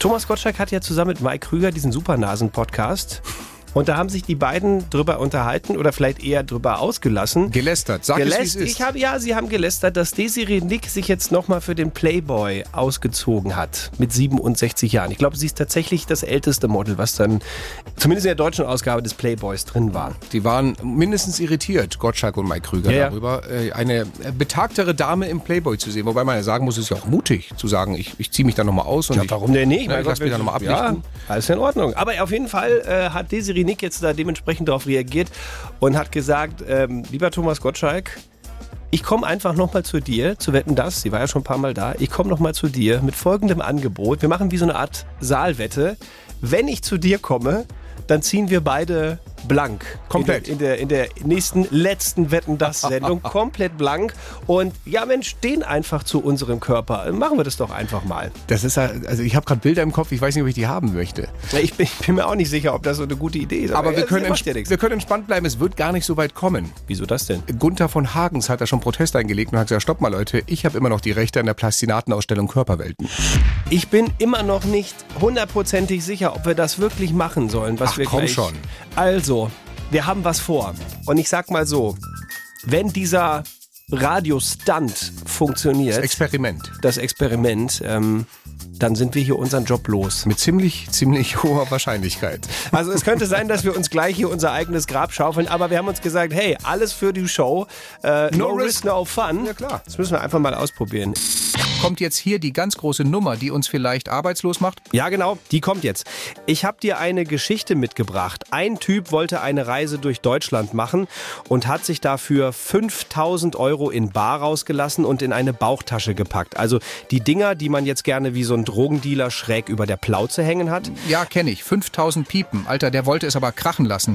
Speaker 2: Thomas Gottschalk hat ja zusammen mit Mike Krüger diesen Supernasen-Podcast. Und da haben sich die beiden drüber unterhalten oder vielleicht eher drüber ausgelassen.
Speaker 3: Gelästert. Sag es,
Speaker 2: Geläst,
Speaker 3: wie es ist.
Speaker 2: ich habe ja, sie haben gelästert, dass Desiree Nick sich jetzt nochmal für den Playboy ausgezogen hat mit 67 Jahren. Ich glaube, sie ist tatsächlich das älteste Model, was dann zumindest in der deutschen Ausgabe des Playboys drin war.
Speaker 3: Die waren mindestens irritiert, Gottschalk und Mike Krüger,
Speaker 2: Ja, ja.
Speaker 3: darüber, äh, eine betagtere Dame im Playboy zu sehen. Wobei man ja sagen muss, es ist ja auch mutig zu sagen, ich, ich ziehe mich da nochmal aus. Und
Speaker 2: Ja,
Speaker 3: ich,
Speaker 2: warum denn nicht?
Speaker 3: Na, ich lass mich da nochmal
Speaker 2: Ja,
Speaker 3: ablichten.
Speaker 2: alles in Ordnung. Aber auf jeden Fall äh, hat Desiree Nick jetzt da dementsprechend darauf reagiert und hat gesagt, ähm, lieber Thomas Gottschalk, ich komme einfach nochmal zu dir, zu Wetten Das, sie war ja schon ein paar Mal da, ich komme nochmal zu dir mit folgendem Angebot. Wir machen wie so eine Art Saalwette. Wenn ich zu dir komme, dann ziehen wir beide blank.
Speaker 3: Komplett.
Speaker 2: In der, in der, in der nächsten, letzten Wetten Das-Sendung.
Speaker 3: (laughs)
Speaker 2: komplett blank. Und ja, Mensch, stehen einfach zu unserem Körper. Machen wir das doch einfach mal.
Speaker 3: Das ist ja, also ich habe gerade Bilder im Kopf, ich weiß nicht, ob ich die haben möchte.
Speaker 2: Ja, Ich bin, ich bin mir auch nicht sicher, ob das so eine gute Idee ist.
Speaker 3: Aber wir,
Speaker 2: ja,
Speaker 3: können
Speaker 2: macht ja
Speaker 3: ents-
Speaker 2: nichts.
Speaker 3: wir können entspannt bleiben, es wird gar nicht so weit kommen.
Speaker 2: Wieso das denn?
Speaker 3: Gunther von Hagens hat da schon Protest eingelegt und hat gesagt, stopp mal Leute, ich habe immer noch die Rechte an der Plastinatenausstellung Körperwelten.
Speaker 2: Ich bin immer noch nicht hundertprozentig sicher, ob wir das wirklich machen sollen, was
Speaker 3: Ach,
Speaker 2: wir
Speaker 3: komm
Speaker 2: gleich...
Speaker 3: schon.
Speaker 2: Also, wir haben was vor. Und ich sag mal so, wenn dieser Radiostunt funktioniert,
Speaker 3: Experiment.
Speaker 2: das Experiment, ähm, dann sind wir hier unseren Job los.
Speaker 3: Mit ziemlich, ziemlich (laughs) hoher Wahrscheinlichkeit.
Speaker 2: Also es könnte sein, dass wir uns gleich hier unser eigenes Grab schaufeln, aber wir haben uns gesagt, hey, alles für die Show. Äh, no,
Speaker 3: No
Speaker 2: risk,
Speaker 3: risk.
Speaker 2: no fun.
Speaker 3: Ja, klar.
Speaker 2: Das müssen wir einfach mal ausprobieren.
Speaker 3: Kommt jetzt hier die ganz große Nummer, die uns vielleicht arbeitslos macht?
Speaker 2: Ja, genau, die kommt jetzt. Ich habe dir eine Geschichte mitgebracht. Ein Typ wollte eine Reise durch Deutschland machen und hat sich dafür 5000 Euro in Bar rausgelassen und in eine Bauchtasche gepackt. Also die Dinger, die man jetzt gerne wie so ein Drogendealer schräg über der Plauze hängen hat.
Speaker 3: Ja, kenne ich. 5000 Piepen. Alter, der wollte es aber krachen lassen.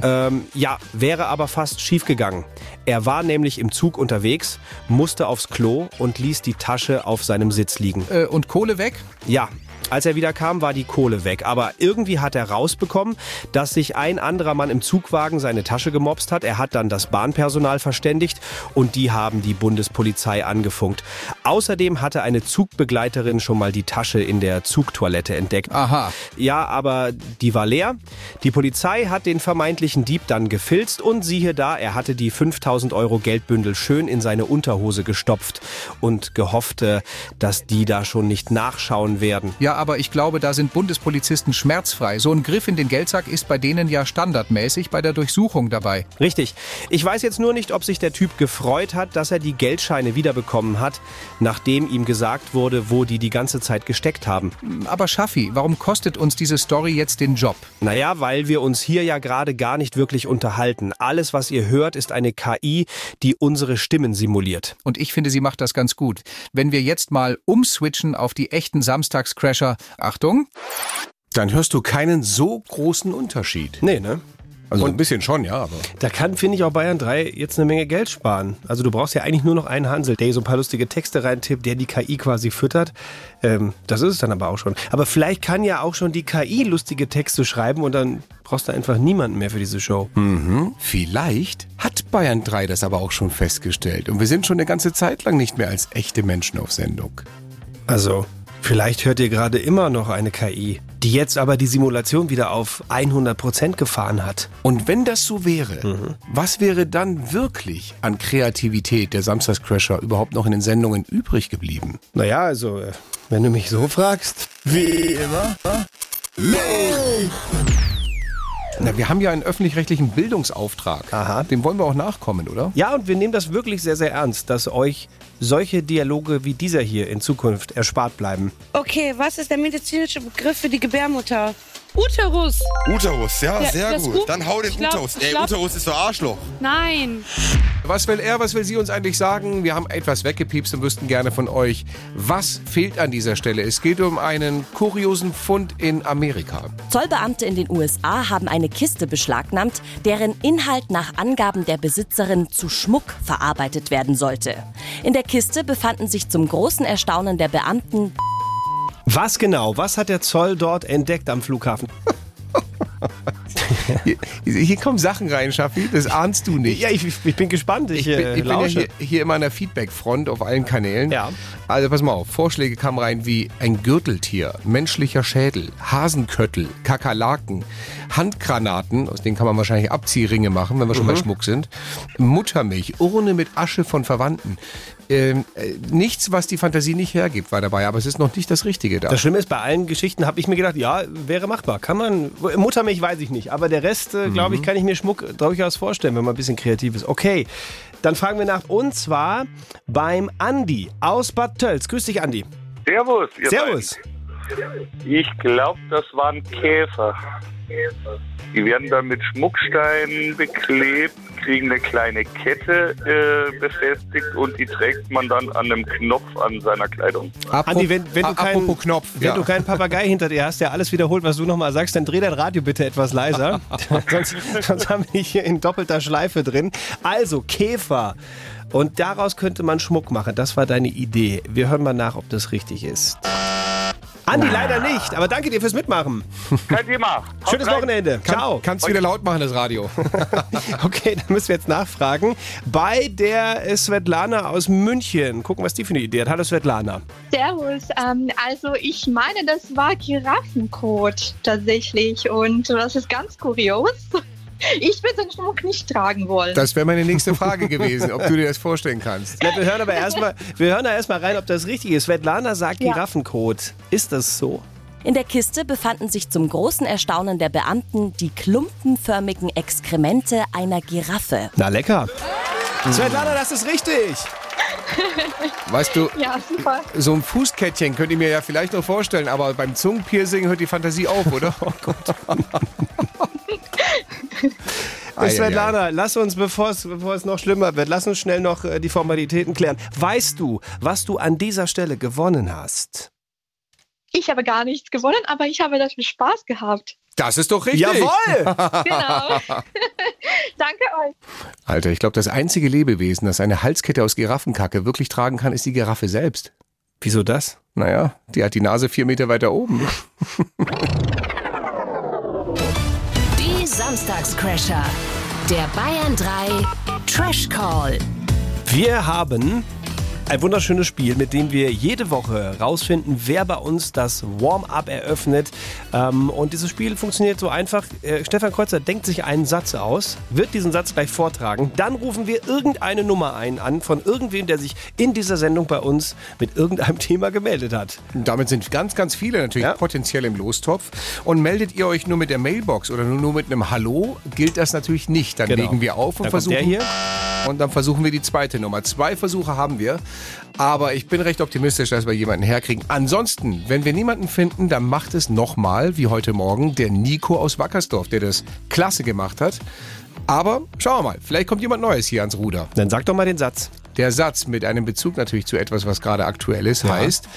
Speaker 2: Ja, wäre aber fast schiefgegangen. Er war nämlich im Zug unterwegs, musste aufs Klo und ließ die Tasche auf seinem Sitz liegen.
Speaker 3: Äh, und Kohle weg?
Speaker 2: Ja, als er wieder kam, war die Kohle weg. Aber irgendwie hat er rausbekommen, dass sich ein anderer Mann im Zugwagen seine Tasche gemobst hat. Er hat dann das Bahnpersonal verständigt und die haben die Bundespolizei angefunkt. Außerdem hatte eine Zugbegleiterin schon mal die Tasche in der Zugtoilette entdeckt.
Speaker 3: Aha.
Speaker 2: Ja, aber die war leer. Die Polizei hat den vermeintlichen Dieb dann gefilzt und siehe da, er hatte die 5000 Euro Geldbündel schön in seine Unterhose gestopft und gehoffte, dass die da schon nicht nachschauen werden.
Speaker 3: Ja, aber ich glaube, da sind Bundespolizisten schmerzfrei. So ein Griff in den Geldsack ist bei denen ja standardmäßig bei der Durchsuchung dabei.
Speaker 2: Richtig. Ich weiß jetzt nur nicht, ob sich der Typ gefreut hat, dass er die Geldscheine wiederbekommen hat, nachdem ihm gesagt wurde, wo die die ganze Zeit gesteckt haben.
Speaker 3: Aber Schaffi, warum kostet uns diese Story jetzt den Job?
Speaker 2: Naja, weil wir uns hier ja gerade gar nicht wirklich unterhalten. Alles, was ihr hört, ist eine KI, die unsere Stimmen simuliert.
Speaker 3: Und ich finde, sie macht das ganz gut. Wenn wir jetzt mal umswitchen auf die echten Samstagscrasher, Achtung, dann hörst du keinen so großen Unterschied.
Speaker 2: Nee, ne?
Speaker 3: Also ein bisschen schon, ja, aber.
Speaker 2: Da kann, finde ich, auch Bayern 3 jetzt eine Menge Geld sparen. Also du brauchst ja eigentlich nur noch einen Hansel, der hier so ein paar lustige Texte reintippt, der die KI quasi füttert. Ähm, das ist es dann aber auch schon. Aber vielleicht kann ja auch schon die KI lustige Texte schreiben und dann brauchst du einfach niemanden mehr für diese Show. Hm.
Speaker 3: Vielleicht hat Bayern 3 das aber auch schon festgestellt. Und wir sind schon eine ganze Zeit lang nicht mehr als echte Menschen auf Sendung.
Speaker 2: Also, vielleicht hört ihr gerade immer noch eine KI, die jetzt aber die Simulation wieder auf 100% gefahren hat.
Speaker 3: Und wenn das so wäre, was wäre dann wirklich an Kreativität der Samstagscrasher überhaupt noch in den Sendungen übrig geblieben?
Speaker 2: Naja, also, äh, wenn du mich so fragst.
Speaker 3: Na, wir haben ja einen öffentlich-rechtlichen Bildungsauftrag.
Speaker 2: Aha.
Speaker 3: Dem wollen wir auch nachkommen, oder?
Speaker 2: Ja, und wir nehmen das wirklich sehr, sehr ernst, dass euch solche Dialoge wie dieser hier in Zukunft erspart bleiben.
Speaker 10: Okay, was ist der medizinische Begriff für die Gebärmutter? Uterus.
Speaker 11: Uterus, ja,
Speaker 10: Ja,
Speaker 11: sehr
Speaker 10: das
Speaker 11: gut.
Speaker 10: Gut.
Speaker 11: Dann hau den
Speaker 10: Ich glaub-
Speaker 11: Uterus.
Speaker 10: ich
Speaker 11: Ey,
Speaker 10: glaub-
Speaker 11: Uterus ist so Arschloch.
Speaker 10: Nein.
Speaker 3: Was will er, was will sie uns eigentlich sagen? Wir haben etwas weggepiepst und wüssten gerne von euch, was fehlt an dieser Stelle? Es geht um einen kuriosen Fund in Amerika.
Speaker 5: Zollbeamte in den USA haben eine Kiste beschlagnahmt, deren Inhalt nach Angaben der Besitzerin zu Schmuck verarbeitet werden sollte. In der Kiste befanden sich zum großen Erstaunen der Beamten
Speaker 2: Was genau? Was hat der Zoll dort entdeckt am Flughafen?
Speaker 3: Hier, hier kommen Sachen rein, Schaffi, das ahnst du nicht.
Speaker 2: Ja, ich, ich bin gespannt. Ich,
Speaker 3: Ich bin,
Speaker 2: äh,
Speaker 3: ich bin ja
Speaker 2: lausche.
Speaker 3: hier, hier immer an der Feedback-Front auf allen Kanälen. Ja. Also pass mal auf, Vorschläge kamen rein wie ein Gürteltier, menschlicher Schädel, Hasenköttel, Kakerlaken, Handgranaten, aus denen kann man wahrscheinlich Abziehringe machen, wenn wir schon
Speaker 2: Mhm.
Speaker 3: bei Schmuck sind, Muttermilch, Urne mit Asche von Verwandten. Ähm, äh, nichts, was die Fantasie nicht hergibt, war dabei, aber es ist noch nicht das Richtige da.
Speaker 2: Das Schlimme ist, bei allen Geschichten habe ich mir gedacht, ja, wäre machbar. Kann man, Muttermilch weiß ich nicht, aber der Rest, äh, glaube
Speaker 3: Mhm.
Speaker 2: ich, kann ich mir Schmuck durchaus vorstellen, wenn man ein bisschen kreativ ist. Okay, dann fragen wir nach, und zwar beim Andi aus Bad Tölz. Grüß dich, Andi.
Speaker 12: Servus. Ihr
Speaker 2: Servus.
Speaker 12: Beiden. Ich glaube, das waren Käfer. Die werden dann mit Schmucksteinen beklebt, kriegen eine kleine Kette äh, befestigt und die trägt man dann an einem Knopf an seiner Kleidung.
Speaker 2: Andi, wenn, wenn, du, keinen, wenn
Speaker 12: ja.
Speaker 2: du keinen Papagei hinter dir hast, der alles wiederholt, was du nochmal sagst, dann dreh dein Radio bitte etwas leiser. (laughs) sonst, sonst haben wir hier in doppelter Schleife drin. Also, Käfer. Und daraus könnte man Schmuck machen. Das war deine Idee. Wir hören mal nach, ob das richtig ist. Andi, leider nicht. Aber danke dir fürs Mitmachen.
Speaker 12: Kein Thema.
Speaker 2: Schönes
Speaker 12: rein.
Speaker 2: Wochenende.
Speaker 3: Kann-
Speaker 2: Ciao.
Speaker 3: kannst wieder laut machen, das Radio.
Speaker 2: (laughs) okay, dann müssen wir jetzt nachfragen. Bei der äh, Svetlana aus München. Gucken, was die für eine Idee hat. Hallo, Svetlana.
Speaker 13: Servus. Ähm, also ich meine, das war Giraffenkot tatsächlich und das ist ganz kurios. Ich würde den Schmuck nicht tragen wollen.
Speaker 3: Das wäre meine nächste Frage gewesen, ob du dir das vorstellen kannst.
Speaker 2: Na, wir hören aber erstmal, wir hören da erstmal rein, ob das richtig ist. Svetlana sagt
Speaker 5: Ja.
Speaker 2: Giraffenkot. Ist das so?
Speaker 5: In der Kiste befanden sich zum großen Erstaunen der Beamten die klumpenförmigen Exkremente einer Giraffe.
Speaker 2: Na lecker. Hm. Svetlana, das ist richtig.
Speaker 3: Weißt du,
Speaker 13: Ja, super.
Speaker 3: So ein Fußkettchen könnt ihr mir ja vielleicht noch vorstellen, aber beim Zungenpiercing hört die Fantasie auf,
Speaker 2: (laughs)
Speaker 3: oder? Oh Gott. Ei, ei,
Speaker 2: Svetlana, lass uns, bevor es, bevor es noch schlimmer wird, lass uns schnell noch äh, die Formalitäten klären. Weißt du, was du an dieser Stelle gewonnen hast?
Speaker 13: Ich habe gar nichts gewonnen, aber ich habe dafür Spaß gehabt.
Speaker 3: Das ist doch richtig.
Speaker 2: Jawohl!
Speaker 13: Genau. Danke euch.
Speaker 3: Alter, ich glaube, das einzige Lebewesen, das eine Halskette aus Giraffenkacke wirklich tragen kann, ist die Giraffe selbst.
Speaker 2: (laughs) Wieso das?
Speaker 3: Naja, die hat die Nase vier Meter weiter oben.
Speaker 4: Die Samstagscrasher. Der Bayern 3 Trash Call.
Speaker 2: Wir haben ein wunderschönes Spiel, mit dem wir jede Woche rausfinden, wer bei uns das Warm-up eröffnet. Ähm, und dieses Spiel funktioniert so einfach. Äh, Stefan Kreuzer denkt sich einen Satz aus, wird diesen Satz gleich vortragen. Dann rufen wir irgendeine Nummer ein an von irgendwem, der sich in dieser Sendung bei uns mit irgendeinem (laughs) Thema gemeldet hat.
Speaker 3: Damit sind ganz, ganz viele natürlich potenziell im Lostopf. Und meldet ihr euch nur mit der Mailbox oder nur mit einem Hallo, gilt das natürlich nicht. Dann
Speaker 2: Genau.
Speaker 3: legen wir auf und
Speaker 2: Dann kommt
Speaker 3: versuchen.
Speaker 2: der hier.
Speaker 3: Und dann versuchen wir die zweite Nummer. Zwei Versuche haben wir. Aber ich bin recht optimistisch, dass wir jemanden herkriegen. Ansonsten, wenn wir niemanden finden, dann macht es nochmal, wie heute Morgen, der Nico aus Wackersdorf, der das klasse gemacht hat. Aber schauen wir mal, vielleicht kommt jemand Neues hier ans Ruder.
Speaker 2: Dann sag doch mal den Satz.
Speaker 3: Der Satz mit einem Bezug natürlich zu etwas, was gerade aktuell ist, heißt: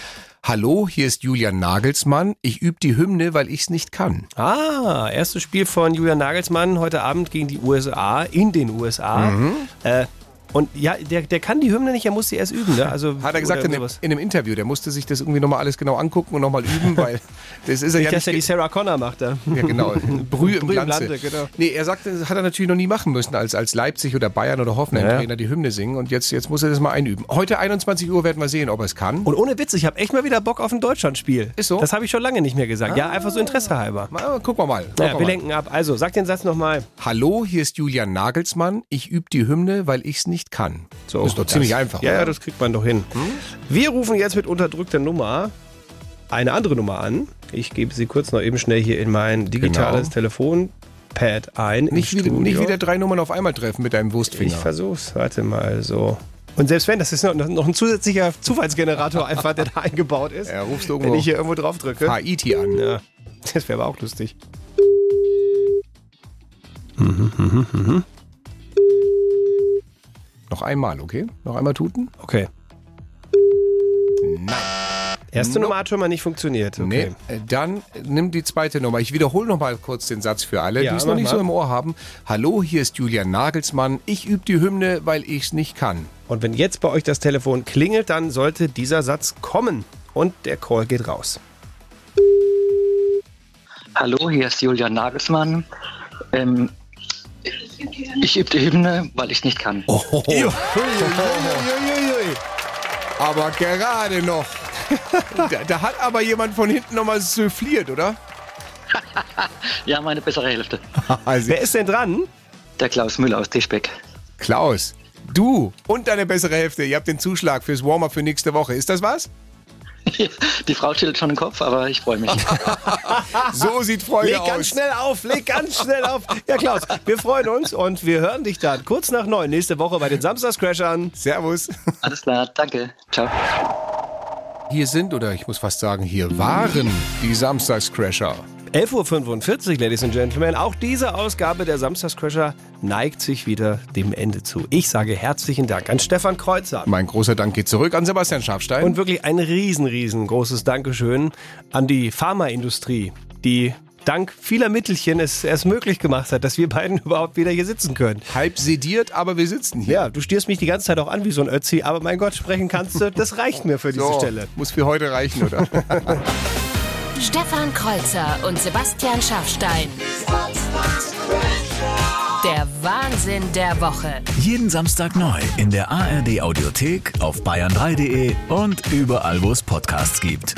Speaker 3: Hallo, hier ist Julian Nagelsmann. Ich übe die Hymne, weil ich es nicht kann.
Speaker 2: Ah, erstes Spiel von Julian Nagelsmann heute Abend gegen die USA, in den USA.
Speaker 3: Mhm.
Speaker 2: Äh, und ja, der, der kann die Hymne nicht, er muss sie erst üben. Ne? Also,
Speaker 3: Hat er gesagt
Speaker 2: oder
Speaker 3: in, dem,
Speaker 2: sowas.
Speaker 3: in einem Interview, der musste sich das irgendwie nochmal alles genau angucken und nochmal üben, weil
Speaker 2: (laughs)
Speaker 3: das ist er
Speaker 2: Nicht,
Speaker 3: ja
Speaker 2: dass
Speaker 3: nicht.
Speaker 2: er die Sarah Connor macht da. (laughs)
Speaker 3: Ja, genau. Brühe im
Speaker 2: Brühe im
Speaker 3: Glanze.
Speaker 2: Lande, genau.
Speaker 3: Nee, er sagte, das hat er natürlich noch nie machen müssen, als, als Leipzig oder Bayern oder Hoffenheim Trainer die Hymne singen. Und jetzt, jetzt muss er das mal einüben. Heute 21 Uhr werden wir sehen, ob er es kann.
Speaker 2: Und ohne Witz, ich habe echt mal wieder Bock auf ein Deutschlandspiel. Ist so? Das habe ich schon lange nicht mehr gesagt. Ja, einfach so
Speaker 3: Ah.
Speaker 2: Interesse halber.
Speaker 3: Mal, gucken wir mal. Gucken
Speaker 2: Naja,
Speaker 3: wir
Speaker 2: wir
Speaker 3: mal.
Speaker 2: lenken ab. Also, sag den Satz nochmal.
Speaker 3: Hallo, hier ist Julian Nagelsmann. Ich übe die Hymne, weil ich es nicht kann.
Speaker 2: So,
Speaker 3: ist doch
Speaker 2: das-
Speaker 3: ziemlich einfach.
Speaker 2: Ja,
Speaker 3: oder?
Speaker 2: ja, das kriegt man doch hin. Hm? Wir rufen jetzt mit unterdrückter Nummer eine andere Nummer an. Ich gebe sie kurz noch eben schnell hier in mein digitales Telefonpad ein. im
Speaker 3: Genau. nicht, wieder,
Speaker 2: Studio.
Speaker 3: nicht wieder Genau. drei Nummern auf einmal treffen mit deinem Wurstfinger.
Speaker 2: Ich versuch's. Warte mal so. Und selbst wenn, das ist noch, noch ein
Speaker 3: (laughs)
Speaker 2: zusätzlicher Zufallsgenerator einfach, der da eingebaut ist.
Speaker 3: Ja, rufst du
Speaker 2: Wenn
Speaker 3: irgendwo
Speaker 2: ich hier irgendwo drauf drücke.
Speaker 3: Haiti an.
Speaker 2: Ja. Das wäre aber auch lustig. Mhm, mhm, mhm.
Speaker 3: Noch einmal, okay? Noch einmal tuten?
Speaker 2: Okay.
Speaker 3: Nein.
Speaker 2: Erste Nummer hat schon mal nicht funktioniert. Okay.
Speaker 3: Nee, äh, dann nimm die zweite Nummer. Ich wiederhole noch mal kurz den Satz für alle,
Speaker 2: Ja,
Speaker 3: die es noch
Speaker 2: mach
Speaker 3: nicht
Speaker 2: mal.
Speaker 3: so im Ohr haben. Hallo, hier ist Julian Nagelsmann. Ich übe die Hymne, weil ich es nicht kann.
Speaker 2: Und wenn jetzt bei euch das Telefon klingelt, dann sollte dieser Satz kommen. Und der Call geht raus.
Speaker 10: Hallo, hier ist Julian Nagelsmann. Ähm, ich übe die Hymne, weil ich nicht kann.
Speaker 2: Oh.
Speaker 3: Uiuiuiui. Aber gerade noch. (laughs) da, da hat aber jemand von hinten noch mal
Speaker 2: (laughs)
Speaker 3: souffliert, oder?
Speaker 10: Ja, meine bessere Hälfte.
Speaker 2: Wer ist denn dran?
Speaker 10: Der Klaus Müller aus Tischbeck. (laughs)
Speaker 3: Klaus, du und deine bessere Hälfte, ihr habt den Zuschlag fürs Warm-up für nächste Woche. Ist das was?
Speaker 10: Die Frau schüttelt schon den Kopf, aber ich freue mich.
Speaker 3: So sieht Freude
Speaker 2: leg
Speaker 3: aus.
Speaker 2: ganz schnell auf, leg ganz schnell auf. Ja, Klaus, wir freuen uns und wir hören dich dann kurz nach neun nächste Woche bei den Samstagscrashern.
Speaker 3: Servus.
Speaker 10: Alles klar, danke. Ciao.
Speaker 3: Hier sind, oder ich muss fast sagen, hier waren die Samstagscrasher.
Speaker 2: 11.45 Uhr, Ladies and Gentlemen. Auch diese Ausgabe der Samstagscrasher neigt sich wieder dem Ende zu. Ich sage herzlichen Dank an Stefan Kreuzer.
Speaker 3: Mein großer Dank geht zurück an Sebastian Schafstein.
Speaker 2: Und wirklich ein riesen, riesengroßes Dankeschön an die Pharmaindustrie, die dank vieler Mittelchen es erst möglich gemacht hat, dass wir beiden (laughs) überhaupt wieder hier sitzen können.
Speaker 3: Halb sediert, aber wir sitzen hier.
Speaker 2: Ja, du stierst mich die ganze Zeit auch an wie so ein Ötzi, aber mein Gott, sprechen kannst du, das reicht mir für diese
Speaker 3: So,
Speaker 2: Stelle.
Speaker 3: Muss für heute reichen,
Speaker 2: (laughs)
Speaker 3: oder?
Speaker 4: Stefan Kreuzer und Sebastian Schaffstein. Der Wahnsinn der Woche.
Speaker 14: Jeden Samstag neu in der ARD Audiothek auf bayern3.de und überall, wo es Podcasts gibt.